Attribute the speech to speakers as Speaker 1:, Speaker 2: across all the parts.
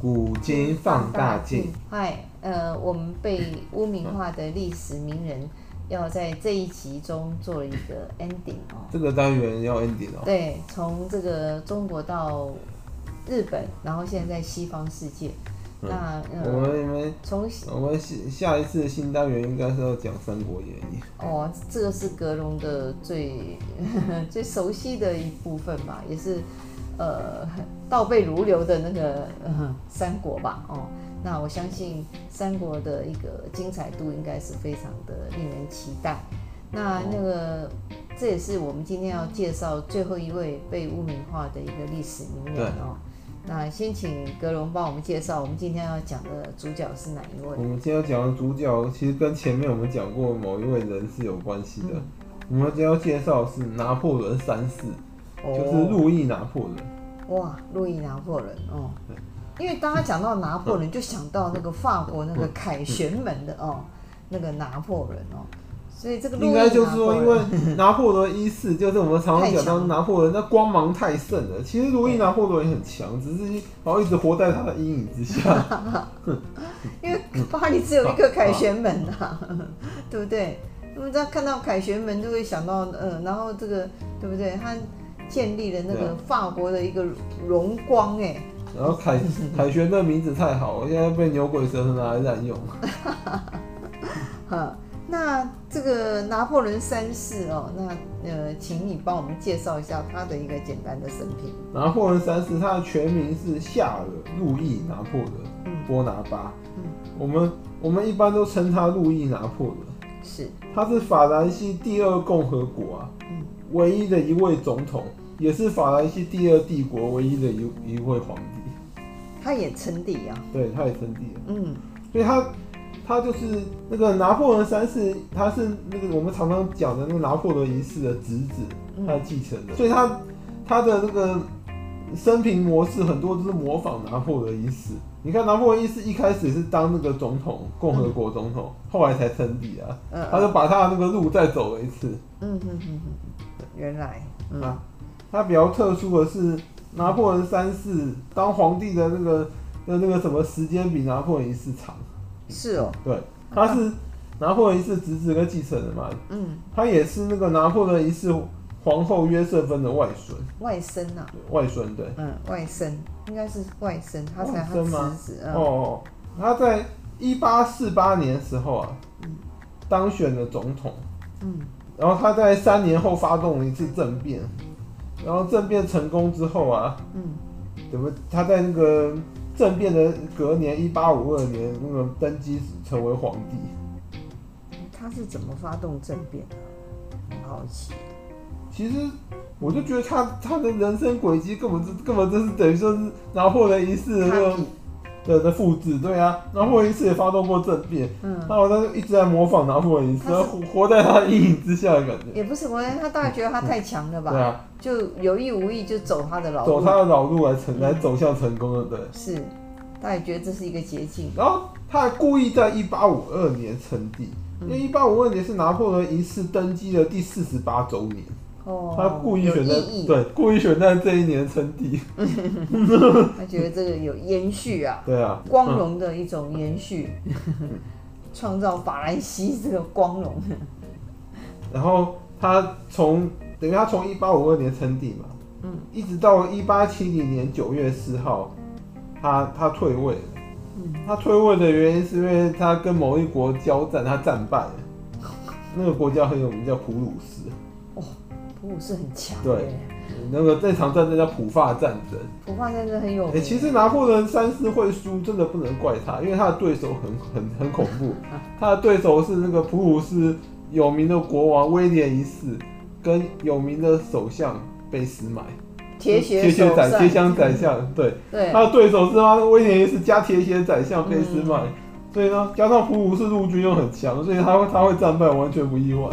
Speaker 1: 古今放大镜，
Speaker 2: 嗨，呃，我们被污名化的历史名人，要在这一集中做一个 ending 哦。
Speaker 1: 这个单元要 ending 了、哦。
Speaker 2: 对，从这个中国到日本，然后现在在西方世界，
Speaker 1: 嗯
Speaker 2: 那
Speaker 1: 我
Speaker 2: 呃，
Speaker 1: 们你们
Speaker 2: 从
Speaker 1: 我们下下一次新单元应该是要讲《三国演义》。
Speaker 2: 哦，这个是格隆的最 最熟悉的一部分吧，也是呃倒背如流的那个、呃、三国吧。哦，那我相信三国的一个精彩度应该是非常的令人期待。那那个、这也是我们今天要介绍最后一位被污名化的一个历史名人哦。那先请格隆帮我们介绍我们今天要讲的主角是哪一位？
Speaker 1: 我们今天要讲的主角，其实跟前面我们讲过某一位人是有关系的。我们今天要介绍的是拿破仑三世，就是路易拿破仑。
Speaker 2: 哇，路易拿破仑哦，因为大家讲到拿破仑，就想到那个法国那个凯旋门的哦，那个拿破仑哦，所以这个路易
Speaker 1: 应
Speaker 2: 拿
Speaker 1: 该就
Speaker 2: 破
Speaker 1: 是说，因
Speaker 2: 仑
Speaker 1: 为拿破仑一世，就是我们常常讲到拿破仑，那光芒太盛了。其实路易拿破仑也很强，只是好像一直活在他的阴影之下。
Speaker 2: 因为巴黎只有一个凯旋门啊， 对不对？那么大家看到凯旋门就会想到呃，然后这个对不对？他建立了那
Speaker 1: 对
Speaker 2: 个
Speaker 1: 啊
Speaker 2: 法国的一个荣光哎、
Speaker 1: 然后凯凯旋的名字太好，我现在被牛鬼蛇神拿来滥用。
Speaker 2: 哈，那这个拿破仑三世哦，那呃，请你帮我们介绍一下他的一个简单的生平。
Speaker 1: 拿破仑三世，他的全名是夏尔·路易·拿破
Speaker 2: 嗯
Speaker 1: 仑·波拿巴。
Speaker 2: 嗯
Speaker 1: 我们我们一般都称他路易拿破仑，
Speaker 2: 是，
Speaker 1: 他是法兰西第二共和国啊
Speaker 2: 嗯
Speaker 1: 唯一的一位总统，也是法兰西第二帝国唯一的一一位皇帝。
Speaker 2: 他也称帝啊，
Speaker 1: 对，他也称帝了，
Speaker 2: 嗯，
Speaker 1: 所以他他就是那个拿破仑三世，他是那个我们常常讲的那个拿破仑一世的侄子，
Speaker 2: 嗯
Speaker 1: 他继承的，所以他他的那个生平模式很多都是模仿拿破仑一世。你看拿破仑一世一开始是当那个总统，共和国总统，后来才称帝啊，
Speaker 2: 嗯
Speaker 1: 他就把他的那个路再走了一次。
Speaker 2: 嗯嗯嗯嗯，原来，嗯
Speaker 1: 啊，他比较特殊的是，拿破仑三世当皇帝的那个的那个什么时间比拿破仑一世长。
Speaker 2: 是哦，
Speaker 1: 对，他是拿破仑一世侄子跟继承人嘛，
Speaker 2: 嗯，
Speaker 1: 他也是那个拿破仑一世皇后约瑟芬的外孙，
Speaker 2: 外甥呐、啊，
Speaker 1: 对外孙对。
Speaker 2: 嗯，外甥应该是外甥，他才
Speaker 1: 外
Speaker 2: 他
Speaker 1: 甥吗
Speaker 2: 侄子，
Speaker 1: 哦
Speaker 2: 嗯，
Speaker 1: 哦，他在一八四八年的时候啊，当选了总统，
Speaker 2: 嗯，
Speaker 1: 然后他在三年后发动了一次政变，然后政变成功之后啊，
Speaker 2: 嗯，
Speaker 1: 怎么他在那个政变的隔年一八五二年那个登基成为皇帝，
Speaker 2: 他是怎么发动政变的？很好奇，
Speaker 1: 其实我就觉得他他的人生轨迹根本就根本就是等于说是拿破仑一世的那
Speaker 2: 他
Speaker 1: 种的的复制，对啊，拿破仑一世也发动过政变，
Speaker 2: 嗯，
Speaker 1: 那我当时一直在模仿拿破仑一世，
Speaker 2: 他是
Speaker 1: 活活在他的阴影之下的感觉，
Speaker 2: 也不是我，他大概觉得他太强了吧，
Speaker 1: 对啊，
Speaker 2: 就有意无意就走他嗯的老路，嗯
Speaker 1: 走他的老路来成来走向成功的，对。
Speaker 2: 是，他也觉得这是一个捷径，
Speaker 1: 然后他还故意在一八五二年称帝，
Speaker 2: 嗯
Speaker 1: 因为一八五二年是拿破仑一世登基的第四十八周年，
Speaker 2: 哦，
Speaker 1: 他故意
Speaker 2: 有
Speaker 1: 选在
Speaker 2: 意义，啊
Speaker 1: 对故意选在这一年称帝，
Speaker 2: 他觉得这个有延续啊，
Speaker 1: 对啊，
Speaker 2: 光荣的一种延续，创造法兰西这个光荣。
Speaker 1: 然后他从等于他从一八五二年称帝嘛，嗯，一直到一八七零年九月四号，他他退位了。嗯，他退位的原因是因为他跟某一国交战，他战败 了。那个国家很有名，叫普鲁士。
Speaker 2: 普鲁士很强，
Speaker 1: 对，那个这场战争叫普法战争。
Speaker 2: 普法战争很有
Speaker 1: 哎、
Speaker 2: 名。
Speaker 1: 其实拿破仑三世会输，真的不能怪他，因为他的对手很很很恐 怖。他的对手是那个普鲁士有名的国王威廉一世，跟有名的首相贝斯买，
Speaker 2: 铁血
Speaker 1: 铁血
Speaker 2: 手
Speaker 1: 宰
Speaker 2: 上，
Speaker 1: 铁血宰相。对，
Speaker 2: 对，嗯
Speaker 1: 他的对手是他威廉一世加铁血宰相贝斯买，所以呢，加上普鲁士陆军又很强，所以他会他会战败，完全不意外。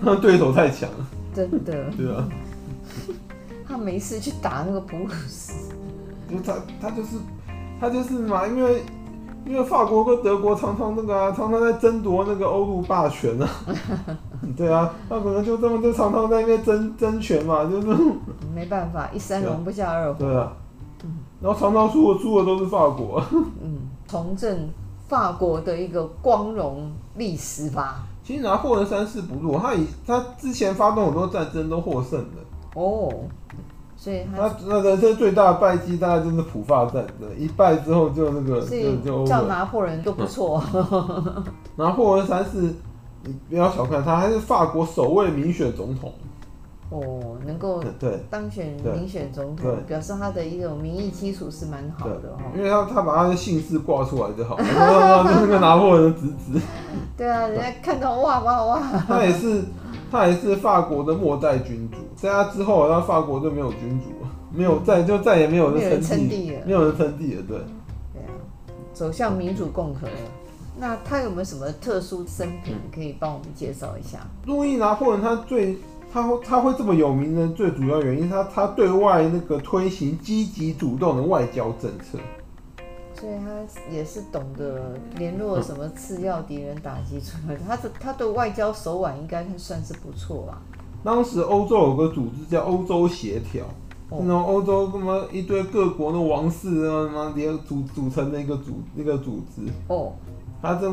Speaker 1: 他的对手太强了，
Speaker 2: 真的，
Speaker 1: 对啊，
Speaker 2: 他没事去打那个普鲁士，
Speaker 1: 就他他就是他就是嘛，因为因为法国跟德国常常那个啊，常常在争夺那个欧陆霸权啊， 对啊，他可能就这么就常常在那边争争权嘛，就是
Speaker 2: 没办法，一山容不下二虎。
Speaker 1: 对啊，然后常常输的输的都是法国。
Speaker 2: 嗯，重振法国的一个光荣历史吧。
Speaker 1: 其实拿霍恩三世不弱，他以他之前发动很多战争都获胜的。
Speaker 2: 哦，所以他
Speaker 1: 他那人生最大的败绩大概就是普法战争，一败之后就那个
Speaker 2: 所
Speaker 1: 就
Speaker 2: 以
Speaker 1: 就欧嗯
Speaker 2: 叫
Speaker 1: 文。
Speaker 2: 拿破仑都不错。
Speaker 1: 然后霍恩三世，你不要小看他，他是法国首位民选总统。
Speaker 2: 哦，能够
Speaker 1: 嗯对
Speaker 2: 当选
Speaker 1: 对
Speaker 2: 民选总
Speaker 1: 对
Speaker 2: 统，表示他的一种民意基础是蛮好
Speaker 1: 对
Speaker 2: 的哦。，
Speaker 1: 因为他他把他的姓氏挂出来就好了，然后让那个拿破仑的侄子。
Speaker 2: 对啊，人家看到哇哇哇，
Speaker 1: 他也是，他也是法国的末代君主，在他之后，然后法国就没有君主了，没有再就再也没有
Speaker 2: 没有
Speaker 1: 人
Speaker 2: 人
Speaker 1: 称
Speaker 2: 称
Speaker 1: 帝，
Speaker 2: 帝了。
Speaker 1: 没有人称帝了，对。
Speaker 2: 对啊，走向民主共和。那他有没有什么特殊生平可以帮我们介绍一下？
Speaker 1: 路易拿破仑他最他会他会这么有名的最主要原因，他他对外那个推行积极主动的外交政策，
Speaker 2: 所以他也是懂得联络什么次要敌人打击出来的，他的他的外交手腕应该算是不错吧？
Speaker 1: 当时欧洲有个组织叫欧洲协调，
Speaker 2: 哦
Speaker 1: 那种欧洲他妈一堆各国的王室啊，他妈连组组成的一个组那个组织，
Speaker 2: 哦，
Speaker 1: 他这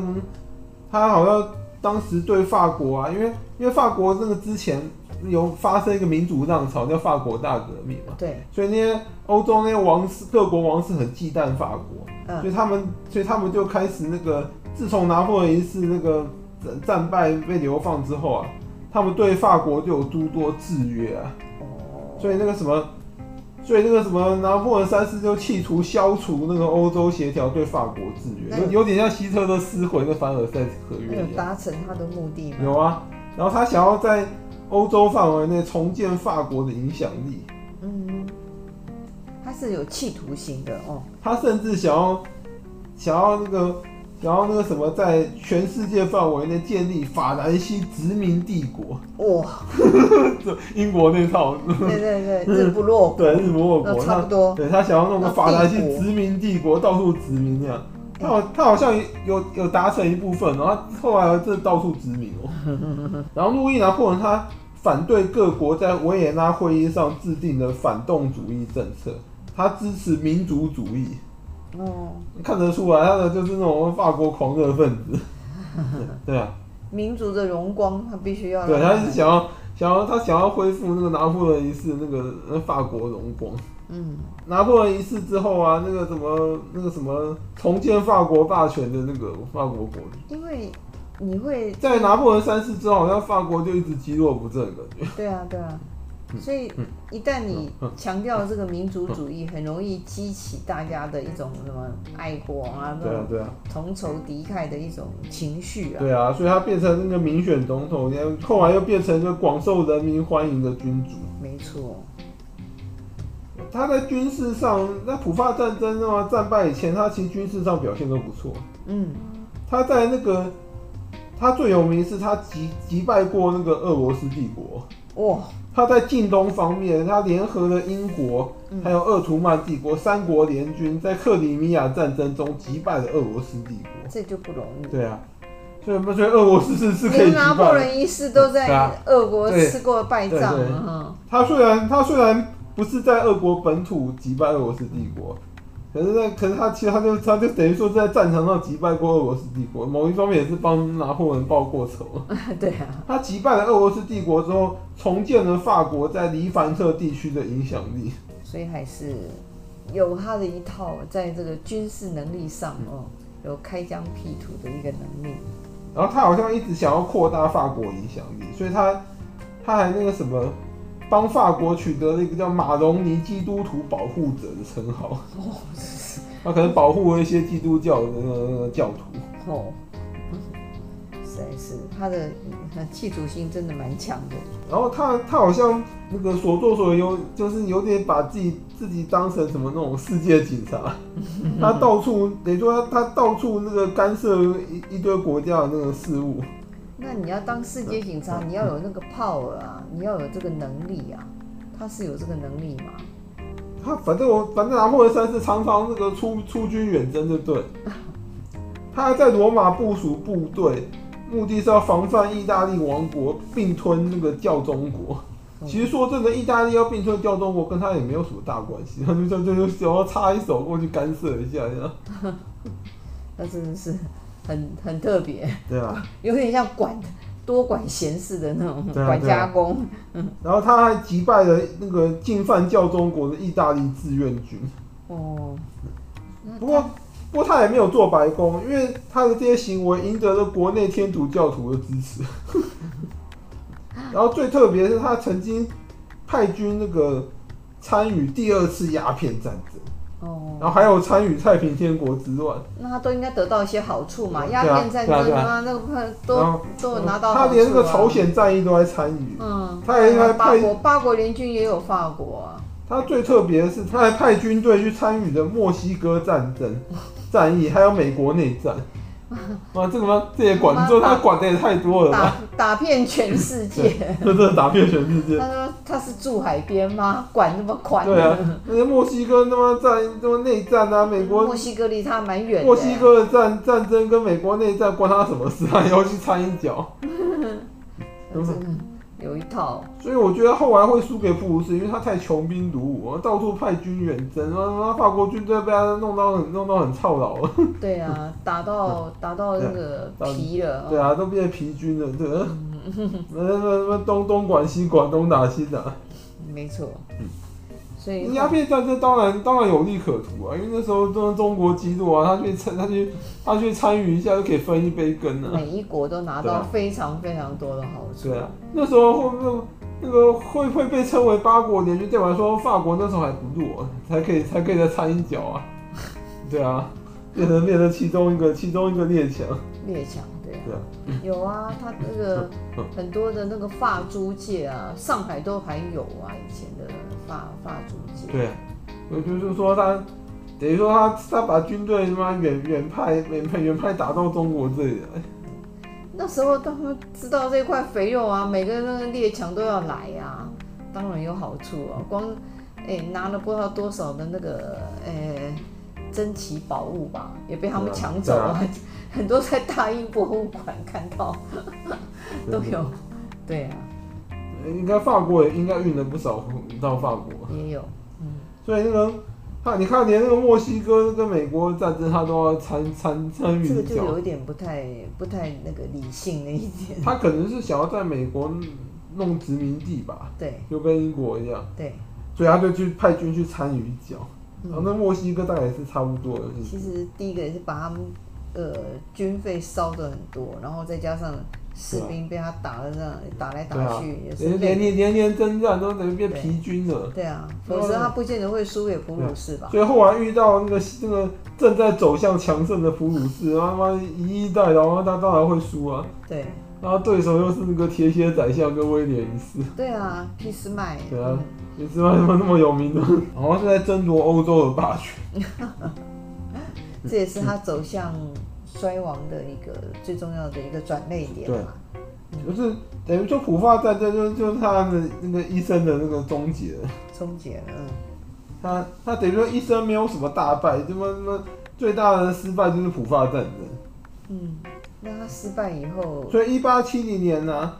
Speaker 1: 他好像当时对法国啊，因为因为法国那个之前有发生一个民主浪潮，叫法国大革命嘛，
Speaker 2: 对，
Speaker 1: 所以那些欧洲那些王室各国王室很忌惮法国。所
Speaker 2: 嗯，
Speaker 1: 以他们，所以他们就开始那个，自从拿破仑一世那个战战败被流放之后啊，他们对法国就有诸多制约啊，
Speaker 2: 哦，
Speaker 1: 所以那个什么，所以那个什么拿破仑三世就企图消除那个欧洲协调对法国制约，
Speaker 2: 那
Speaker 1: 有有点像希特勒撕毁那凡尔赛合
Speaker 2: 那
Speaker 1: 约一
Speaker 2: 有
Speaker 1: 样。
Speaker 2: 达成他的目的吗？
Speaker 1: 有啊，然后他想要在欧洲范围内重建法国的影响力，
Speaker 2: 嗯，他是有企图心的哦，
Speaker 1: 他甚至想要想要那个想要那个什么，在全世界范围内建立法兰西殖民帝国，
Speaker 2: 哇，
Speaker 1: 这英国那套，
Speaker 2: 对对对，日不 落
Speaker 1: 对日不落国，
Speaker 2: 那差
Speaker 1: 他
Speaker 2: 不多，
Speaker 1: 对他想要弄个法兰西
Speaker 2: 那帝国
Speaker 1: 殖民帝国，到处殖民那样。他好，他好像有有达成一部分，然后他后来这到处殖民哦。然后路易拿破仑他反对各国在维也纳会议上制定的反动主义政策，他支持民族主义。
Speaker 2: 哦，
Speaker 1: 看得出来，他的就是那种法国狂热分子。对啊，
Speaker 2: 民族的荣光，他必须要
Speaker 1: 对，
Speaker 2: 让
Speaker 1: 他是想要想要他想要恢复那个拿破仑一世那个呃法国荣光。
Speaker 2: 嗯，
Speaker 1: 拿破仑一世之后啊，那个什么那个什么重建法国霸权的那个法国国力，
Speaker 2: 因为你会
Speaker 1: 在拿破仑三世之后，好像法国就一直积弱不振了。
Speaker 2: 对啊，对啊，
Speaker 1: 嗯
Speaker 2: 所以一旦你强调这个民族主义，很容易激起大家的一种什么爱国啊，那
Speaker 1: 对啊
Speaker 2: 种，
Speaker 1: 对啊，
Speaker 2: 同仇敌忾的一种情绪啊。
Speaker 1: 对啊，所以他变成那个民选总统，然后后来又变成一个广受人民欢迎的君主。
Speaker 2: 没错，
Speaker 1: 他在军事上，在普法战争那么战败以前，他其实军事上表现都不错。
Speaker 2: 嗯，
Speaker 1: 他在那个，他最有名是他击击败过那个俄罗斯帝国。
Speaker 2: 哇，
Speaker 1: 他在近东方面，他联合了英国
Speaker 2: 嗯
Speaker 1: 还有鄂图曼帝国三国联军，在克里米亚战争中击败了俄罗斯帝国。
Speaker 2: 这就不容易。
Speaker 1: 对啊，所以所以俄罗斯是是可以
Speaker 2: 连
Speaker 1: 击
Speaker 2: 拿破
Speaker 1: 败的。
Speaker 2: 仑一世都
Speaker 1: 对
Speaker 2: 在
Speaker 1: 啊
Speaker 2: 俄国
Speaker 1: 对
Speaker 2: 吃过败仗
Speaker 1: 对对
Speaker 2: 啊，
Speaker 1: 他虽然他虽然不是在俄国本土击败俄罗斯帝国，可是在可是他其实他就他就等于说是在战场上击败过俄罗斯帝国，某一方面也是帮拿破仑报过仇。
Speaker 2: 嗯对啊，
Speaker 1: 他击败了俄罗斯帝国之后，重建了法国在黎凡特地区的影响力。
Speaker 2: 所以还是有他的一套，在这个军事能力上哦，有开疆辟土的一个能力。
Speaker 1: 然后他好像一直想要扩大法国影响力，所以他他还那个什么，帮法国取得了一个叫马龙尼基督徒保护者的称号。
Speaker 2: 哦，这是
Speaker 1: 他可能保护了一些基督教的那个那个教徒。
Speaker 2: 哦，实在是他的嗯企图心真的蛮强的。
Speaker 1: 然后他他好像那个所作所为有，就是有点把自己自己当成什么那种世界警察，他到处等于说他他到处那个干涉一一堆国家的那个事务。
Speaker 2: 那你要当世界警
Speaker 1: 嗯
Speaker 2: 察，你要有那个 power 啊，你要有这个能力啊。他是有这个能力吗？
Speaker 1: 他反正我反正拿破仑三世常常那个出出军远征，对不对？他还在罗马部署部队，目的是要防范意大利王国并吞那个教宗国。其实说真的，意大利要并吞掉中国，跟他也没有什么大关系，他 就就就想要插一手过去干涉一下，这样
Speaker 2: 那真的是很很特别，
Speaker 1: 对啊。
Speaker 2: 有点像管多管闲事的那种
Speaker 1: 对啊
Speaker 2: 管
Speaker 1: 对啊
Speaker 2: 家公。
Speaker 1: 然后他还击败了那个进犯教中国的意大利志愿军。
Speaker 2: 哦，那
Speaker 1: 不过，不过他也没有做白宫，因为他的这些行为赢得了国内天主教徒的支持。 然后最特别的是，他曾经派军那个参与第二次鸦片战争，
Speaker 2: 哦，
Speaker 1: 然后还有参与太平天国之乱。
Speaker 2: 那他都应该得到一些好处嘛？
Speaker 1: 对
Speaker 2: 鸦
Speaker 1: 啊
Speaker 2: 片战争
Speaker 1: 对啊
Speaker 2: 啊，那个
Speaker 1: 然
Speaker 2: 都
Speaker 1: 后嗯
Speaker 2: 都有拿到好
Speaker 1: 他
Speaker 2: 处、啊。
Speaker 1: 连那个朝，鲜战役都在参与。
Speaker 2: 嗯，
Speaker 1: 他也应该
Speaker 2: 八
Speaker 1: 派
Speaker 2: 国八国联军也有法国啊。
Speaker 1: 他最特别的是，他还派军队去参与了墨西哥战争、战役，还有美国内 战。哇，这个吗？这也管，你说他管的也太多了吧？
Speaker 2: 打打遍全世 界。
Speaker 1: 这真的打遍全世界。
Speaker 2: 他说他是住海边吗？管那么宽？嗯
Speaker 1: 对啊，那些墨西哥他妈战，他妈内战啊，美国
Speaker 2: 墨西哥离他蛮远的。
Speaker 1: 墨西哥的战战争跟美国内战关他什么事啊？也要去掺一脚。
Speaker 2: 真的有一套。
Speaker 1: 所以我觉得后来会输给布鲁斯，因为他太穷兵黩武，到处派军远征，然后他妈法国军队被他弄到很弄到很操劳了。
Speaker 2: 对啊，打到打到那个
Speaker 1: 对啊
Speaker 2: 皮了。
Speaker 1: 对啊，都变疲军了，对吧？那那那东东管西管，东打西打。
Speaker 2: 哦没错。所以
Speaker 1: 鸦片战争当然当然有利可图啊，因为那时候中中国击落啊，他去参他去他去参与一下就可以分一杯羹啊。
Speaker 2: 每一国都拿
Speaker 1: 对
Speaker 2: 到
Speaker 1: 啊
Speaker 2: 非常非常多的好处
Speaker 1: 对。啊，那时候会不会那个会会被称为八国联军？对我来说，法国那时候还不弱，才可以才可以再掺一脚啊。对啊，变成变成其中一个其中一个列强。
Speaker 2: 列强对啊
Speaker 1: 对啊，嗯
Speaker 2: 有啊，他那个很多的那个发租界啊，上海都还有啊，以前的发发租界。
Speaker 1: 对，我就是说他，等于说他他把军队他妈远远派远派远派打到中国这里来，
Speaker 2: 那时候他们知道这块肥肉啊，每个那个列强都要来啊，当然有好处啊。光哎、拿了不知道多少的那个哎、珍奇宝物吧，也被他们抢走了， 很多在大英博物馆看到都有。对啊，
Speaker 1: 应该法国也应该运了不少到法国，
Speaker 2: 也有。
Speaker 1: 所以那个他你看连那个墨西哥跟美国战争他都要参参参与
Speaker 2: 这个
Speaker 1: 一
Speaker 2: 就
Speaker 1: 脚，
Speaker 2: 有一点不太不太那个理性的一点，
Speaker 1: 他可能是想要在美国弄殖民地吧，
Speaker 2: 对
Speaker 1: 就跟英国一样，
Speaker 2: 对，
Speaker 1: 所以他就去派军去参与一脚，然后那墨西哥大概也是差不多的事情，
Speaker 2: 其实第一个嗯也是把他们呃军费烧的很多，然后再加上士兵被他打的这样打来打去，也是
Speaker 1: 连啊连
Speaker 2: 累。
Speaker 1: 年连年征战都等于变疲军了。
Speaker 2: 对啊，否则他不见得会输给普鲁士吧？
Speaker 1: 所以后来遇到那个那个正在走向强盛的普鲁士，他妈以逸待劳，然后他当然会输啊。
Speaker 2: 对
Speaker 1: 然后对手又是那个铁血宰相跟威廉一世，
Speaker 2: 对啊，俾斯麦。
Speaker 1: 对啊，你知道他们那么有名的， 然后是在争夺欧洲的霸权。
Speaker 2: 嗯这也是他走向衰亡的一个最重要的一个转捩点嘛。
Speaker 1: 就是等于说普法战争就是就是他的那个一生的那个终结，
Speaker 2: 终结了，嗯，
Speaker 1: 他他等于说一生没有什么大败，这么那最大的失败就是普法战争。
Speaker 2: 嗯那他失败以后，
Speaker 1: 所以一八七零年呢、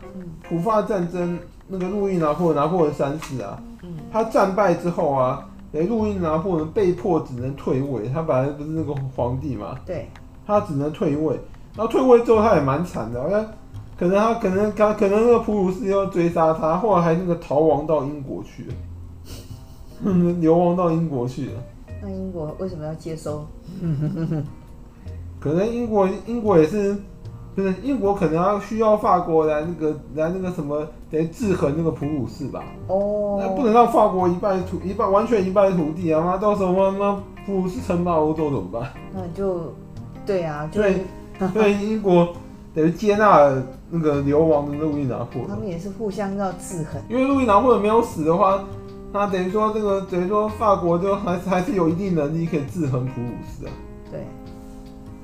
Speaker 1: 普法战争那个路易拿破拿破仑三世啊，他战败之后啊，哎，路易拿破仑被迫只能退位，他本来不是那个皇帝嘛，
Speaker 2: 对，
Speaker 1: 他只能退位。然后退位之后，他也蛮惨的，好像可能他可能他可能那个普鲁士要追杀他，后来还那个逃亡到英国去了， 哼流亡到英国去了。
Speaker 2: 那英国为什么要接收？
Speaker 1: 可能英国英国也是，不是英国可能要需要法国来那个来那个什么，得制衡那个普鲁士吧？那不
Speaker 2: 哦，
Speaker 1: 能让法国一败涂一败完全一败涂地啊！妈，到时候妈妈普鲁士称霸欧洲怎么办？
Speaker 2: 那就，对啊，就
Speaker 1: 所以所以英国等于接纳了那个流亡的路易拿破
Speaker 2: 他
Speaker 1: 仑，
Speaker 2: 们也是互相要制衡。
Speaker 1: 因为路易拿破仑没有死的话。那等于说，这个等于说，法国就还是还是有一定能力可以制衡普鲁士啊。
Speaker 2: 对，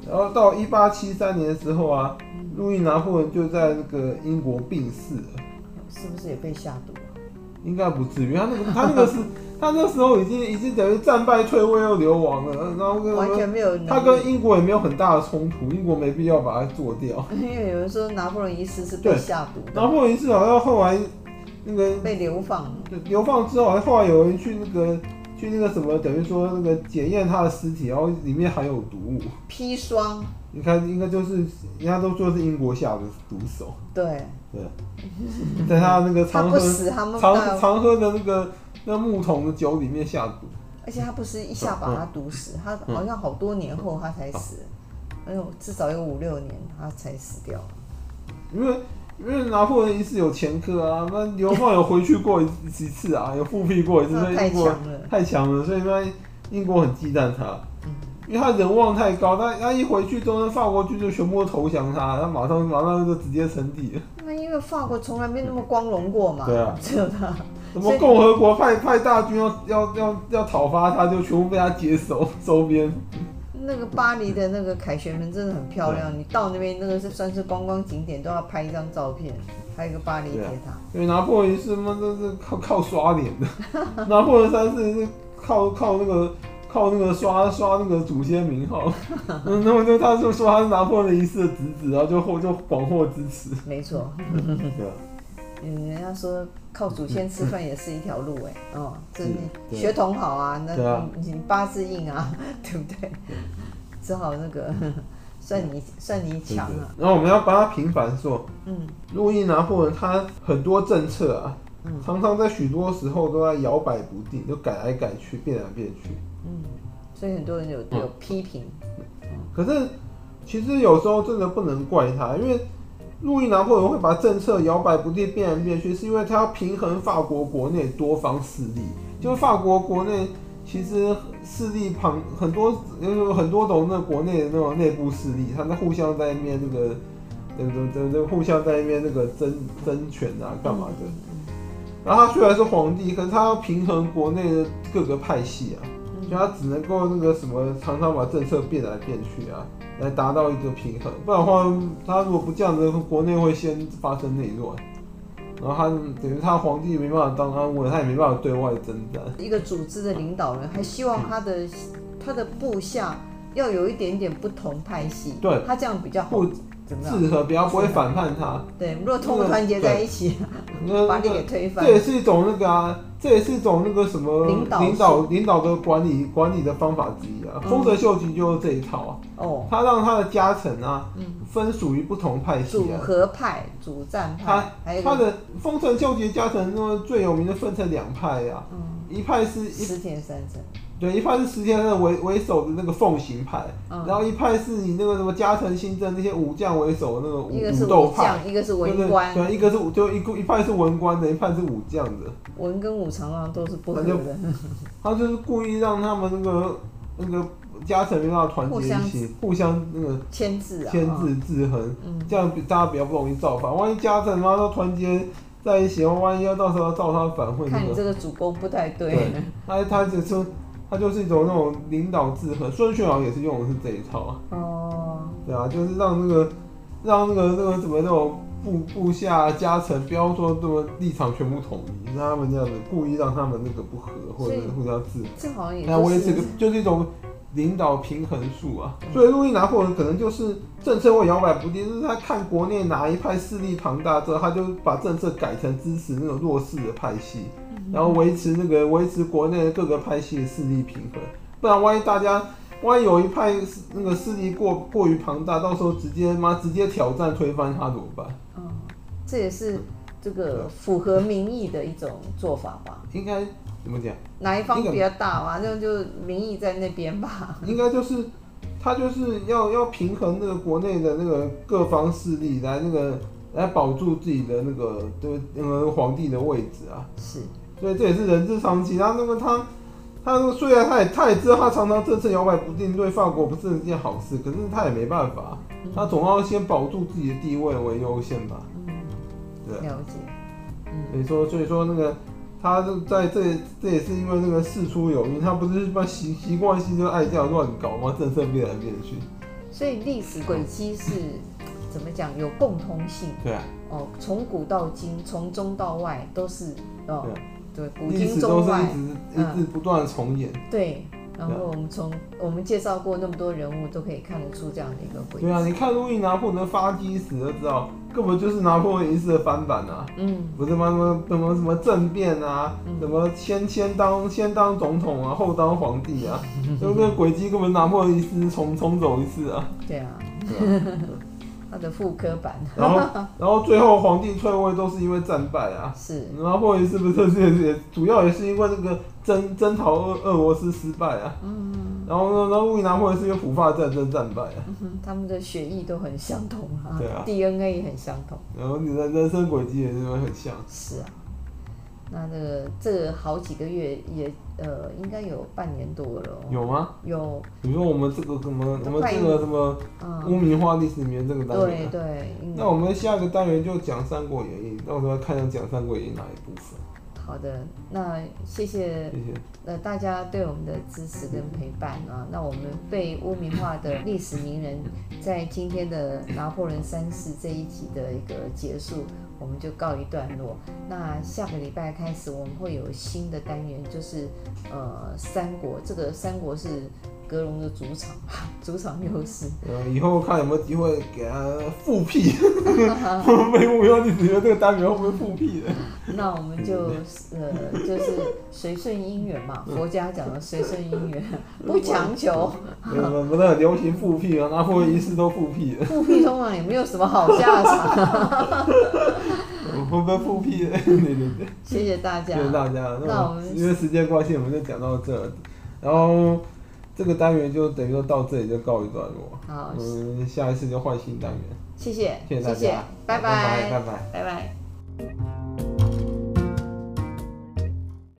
Speaker 1: 然后到一八七三年的时候啊，路易拿破仑就在那个英国病逝了，
Speaker 2: 是不是也被下毒啊了？
Speaker 1: 应该不至于。他那个他那个 是，他那时候已经已经等于战败退位又流亡了，然后跟
Speaker 2: 完全没有
Speaker 1: 啊他
Speaker 2: 能力。
Speaker 1: 跟英国也没有很大的冲突，英国没必要把它做掉。
Speaker 2: 因为有人说拿破仑一世是被下毒
Speaker 1: 拿
Speaker 2: 的，
Speaker 1: 破仑一世好像后来那个
Speaker 2: 被流放，
Speaker 1: 流放之后，后来有人去那个去那个什么，等于说那个检验他的尸体，然后里面含有毒物。
Speaker 2: 砒霜，
Speaker 1: 你看，应该就是人家都说是英国下的毒手，
Speaker 2: 对，
Speaker 1: 对，在他那个
Speaker 2: 他
Speaker 1: 常
Speaker 2: 不
Speaker 1: 喝
Speaker 2: 死，他们
Speaker 1: 常
Speaker 2: 到，
Speaker 1: 常喝的那个那木桶的酒里面下毒。
Speaker 2: 而且他不是一下把他毒死，他
Speaker 1: 嗯
Speaker 2: 好像好多年后他才死，哎呦，至少有五六年他才死掉。
Speaker 1: 因为因为拿破仑一世有前科啊，那流放有回去过一几次啊， 有复辟过一次，
Speaker 2: 那
Speaker 1: 所以
Speaker 2: 嗯太
Speaker 1: 英国
Speaker 2: 强了
Speaker 1: 太强了，所以那英国很忌惮他，因为他人望太高，他他一回去，中央法国军就全部都投降他，他马上马上就直接称帝了。
Speaker 2: 那因为法国从来没那么光荣过嘛，
Speaker 1: 对啊
Speaker 2: 只有他，
Speaker 1: 什
Speaker 2: 所
Speaker 1: 么
Speaker 2: 以
Speaker 1: 共和国派派大军要要要要讨伐他，就全部被他接手收编。
Speaker 2: 那个巴黎的那个凯旋门真的很漂亮，你到那边那个是算是观光景点，都要拍一张照片，还有一个巴黎
Speaker 1: 啊
Speaker 2: 铁塔。
Speaker 1: 因为拿破仑一世嘛，这是靠靠刷脸的，拿破仑三世是靠靠那个靠那个刷刷那个祖先名号，嗯，那么就他就说他是拿破仑一世的侄子，然后就获就广获支持，
Speaker 2: 没错，
Speaker 1: 对啊，
Speaker 2: 嗯，人家说靠祖先吃饭也是一条路哎、哦，这
Speaker 1: 嗯
Speaker 2: 你
Speaker 1: 对
Speaker 2: 血统好啊，那
Speaker 1: 对啊
Speaker 2: 你你八字硬啊， 对不对？只好那个 算你算你
Speaker 1: 真的
Speaker 2: 强啊，。
Speaker 1: 然后我们要帮他平反说，
Speaker 2: 嗯，
Speaker 1: 路易拿破仑他很多政策啊
Speaker 2: 嗯，
Speaker 1: 常常在许多时候都在摇摆不定，就改来改去，变来变去。
Speaker 2: 所以很多人有
Speaker 1: 嗯
Speaker 2: 有批评，
Speaker 1: 可是其实有时候真的不能怪他，因为路易拿破仑会把政策摇摆不定、变来变去，是因为他要平衡法国国内多方势力。就是法国国内其实势力旁很多有很多种那国内的那种内部势力，他们互相在面那个。对对对对，互相在那边那个争争权啊，干嘛的？然后他虽然是皇帝，可是他要平衡国内的各个派系啊。就他只能够那个什么，常常把政策变来变去啊，来达到一个平衡。不然的话，他如果不这样子，国内会先发生内乱，然后他等于他皇帝没办法当安稳，他也没办法对外征战。
Speaker 2: 一个组织的领导人还希望他的他的部下要有一点点不同派系，
Speaker 1: 对，
Speaker 2: 他这样比较好
Speaker 1: 不，
Speaker 2: 怎么样？
Speaker 1: 适合，比较不会反叛他。
Speaker 2: 对，如果通过团结在一起，
Speaker 1: 那
Speaker 2: 把
Speaker 1: 那
Speaker 2: 你
Speaker 1: 个
Speaker 2: 给推翻
Speaker 1: 这，也是一种那个啊，这也是一种那个什么
Speaker 2: 领导
Speaker 1: 领导领导的管理管理的方法之一啊。
Speaker 2: 嗯
Speaker 1: 丰臣秀吉就是这一套啊，
Speaker 2: 哦，嗯
Speaker 1: 他让他的家臣啊，分属于不同派系
Speaker 2: 组
Speaker 1: 啊。
Speaker 2: 合派、主战派，还有一
Speaker 1: 他
Speaker 2: 个
Speaker 1: 的丰臣秀吉家臣中最有名的分成两派呀、
Speaker 2: 嗯
Speaker 1: 一派是一
Speaker 2: 石田三成，
Speaker 1: 对一派是石田的为为首的那个奉行派，
Speaker 2: 嗯
Speaker 1: 然后一派是以那个什么加藤新政那些武将为首的那个武
Speaker 2: 一个是
Speaker 1: 武斗
Speaker 2: 武
Speaker 1: 派，
Speaker 2: 将，一个是
Speaker 1: 对
Speaker 2: 文
Speaker 1: 对
Speaker 2: 官，
Speaker 1: 对，一个是武就一个一派是文官的，一派是武将的，
Speaker 2: 文跟武常常都是不合
Speaker 1: 那就
Speaker 2: 的，
Speaker 1: 他就是故意让他们那个那个家臣没办法团结一起，互相那个
Speaker 2: 牵制啊，
Speaker 1: 牵
Speaker 2: 哦
Speaker 1: 制制衡，
Speaker 2: 嗯
Speaker 1: 这样比大家比较不容易造反。万一家臣妈都团结在一起，万一要到时候要造他反会那
Speaker 2: 看
Speaker 1: 个
Speaker 2: 你。这个主攻不太对
Speaker 1: 对，他他只是他就是一种那种领导制衡，孙权好像也是用的是这一套啊，
Speaker 2: 哦，
Speaker 1: 对啊，就是让那个让那个那个什么那种部部下家臣不要说这么立场全部统一，让他们这样子故意让他们那个不和或者
Speaker 2: 所以
Speaker 1: 是互相制衡，
Speaker 2: 这好像也
Speaker 1: 来维
Speaker 2: 就
Speaker 1: 持个
Speaker 2: 是
Speaker 1: 就是一种领导平衡术啊。所以路易拿破仑可能就是政策会摇摆不定，就是他看国内哪一派势力庞大之后，他就把政策改成支持那种弱势的派系。然后维持那个维持国内的各个派系的势力平衡，不然万一大家万一有一派势那个势力过过于庞大，到时候直接妈直接挑战推翻他怎么办？
Speaker 2: 嗯，这也是这
Speaker 1: 啊
Speaker 2: 个符合民意的一种做法吧？
Speaker 1: 应该怎么讲？
Speaker 2: 哪一方
Speaker 1: 那个
Speaker 2: 比较大嘛，那就民意在那边吧。
Speaker 1: 应该就是他就是要要平衡那个国内的那个各方势力来那个来保住自己的那个对那个皇帝的位置啊。
Speaker 2: 是，
Speaker 1: 所以这也是人之常情。他啊那么他，他虽然他也他也知道他常常政策摇摆不定，对法国不是一件好事，可是他也没办法，他总要先保住自己的地位为优先吧。对
Speaker 2: 嗯了解。嗯
Speaker 1: 所以说，所以说那个他就在这这也是因为那个事出有因，他不是把习习惯性就爱这样乱搞吗？政策变来变去。
Speaker 2: 所以历史轨迹是怎么讲？有共通性
Speaker 1: 对啊，
Speaker 2: 哦，从古到今，从中到外都是哦，对，古
Speaker 1: 历
Speaker 2: 今
Speaker 1: 史都啊
Speaker 2: 中
Speaker 1: 是
Speaker 2: 外嗯
Speaker 1: 一，直一直不断地重演。
Speaker 2: 对，然后我们从我们介绍过那么多人物，都可以看得出这样的一个轨迹。
Speaker 1: 对啊，你看路易拿破仑发迹史就知道，根本就是拿破仑一世的翻版啊！
Speaker 2: 嗯，
Speaker 1: 不是什么什么什么政变啊，什么先先当先当总统啊，后当皇帝啊，就那个轨迹根本拿破仑一世重重走一次 啊！
Speaker 2: 对啊，
Speaker 1: 对啊
Speaker 2: 他的复刻版
Speaker 1: 然后然后最后皇帝退位都是因为战败啊。
Speaker 2: 是
Speaker 1: 拿破仑是不是也也主要也是因为那个征征讨俄俄罗斯失败啊？
Speaker 2: 嗯，
Speaker 1: 然后呢，然后路易拿破仑是因为普法战争战败啊。
Speaker 2: 嗯哼他们的血液都很相同啊
Speaker 1: 对啊
Speaker 2: d n a 也很相同。
Speaker 1: 然后你的人生轨迹也是会很像，
Speaker 2: 是啊，那这个这个好几个月也呃，应该有半年多了、哦。
Speaker 1: 有吗？
Speaker 2: 有，
Speaker 1: 你说我们这个什么，我
Speaker 2: 都
Speaker 1: 们
Speaker 2: 快
Speaker 1: 这个什么
Speaker 2: 嗯，
Speaker 1: 污名化历史里面这个单元
Speaker 2: 对
Speaker 1: 啊、
Speaker 2: 对，嗯
Speaker 1: 那我们下个单元就讲《三国演义》，那我们要看要讲《三国演义》哪一部分？
Speaker 2: 好的，那谢谢
Speaker 1: 谢谢。
Speaker 2: 呃大家对我们的支持跟陪伴啊。那我们被污名化的历史名人，在今天的拿破仑三世这一集的一个结束，我们就告一段落。那下个礼拜开始，我们会有新的单元，就是呃三国，这个三国是格隆的主场吧，主场优势。
Speaker 1: 呃，以后看有没有机会给他复 辟，被污名化历史里面这个单元会不会复辟的？
Speaker 2: 那我们就呃，就是随顺因缘嘛，佛家讲的随顺因缘，不强求。
Speaker 1: 对我呃们不是很流行复辟啊，拿破仑一世都复 辟 了，
Speaker 2: 复辟通常也没有什么好下场。
Speaker 1: 会不会复辟 的？对对对。
Speaker 2: 谢谢大
Speaker 1: 谢
Speaker 2: 家，
Speaker 1: 谢大家。
Speaker 2: 那
Speaker 1: 那
Speaker 2: 我
Speaker 1: 我
Speaker 2: 们
Speaker 1: 们因为时间关系，我们就讲到这，然后这个单元就等于说到这里就告一段落。
Speaker 2: 好
Speaker 1: 我们下一次就换新单元。
Speaker 2: 谢谢，
Speaker 1: 嗯谢谢大家，
Speaker 2: 拜
Speaker 1: 拜拜
Speaker 2: 拜，
Speaker 1: 拜拜
Speaker 2: 拜拜。
Speaker 1: 拜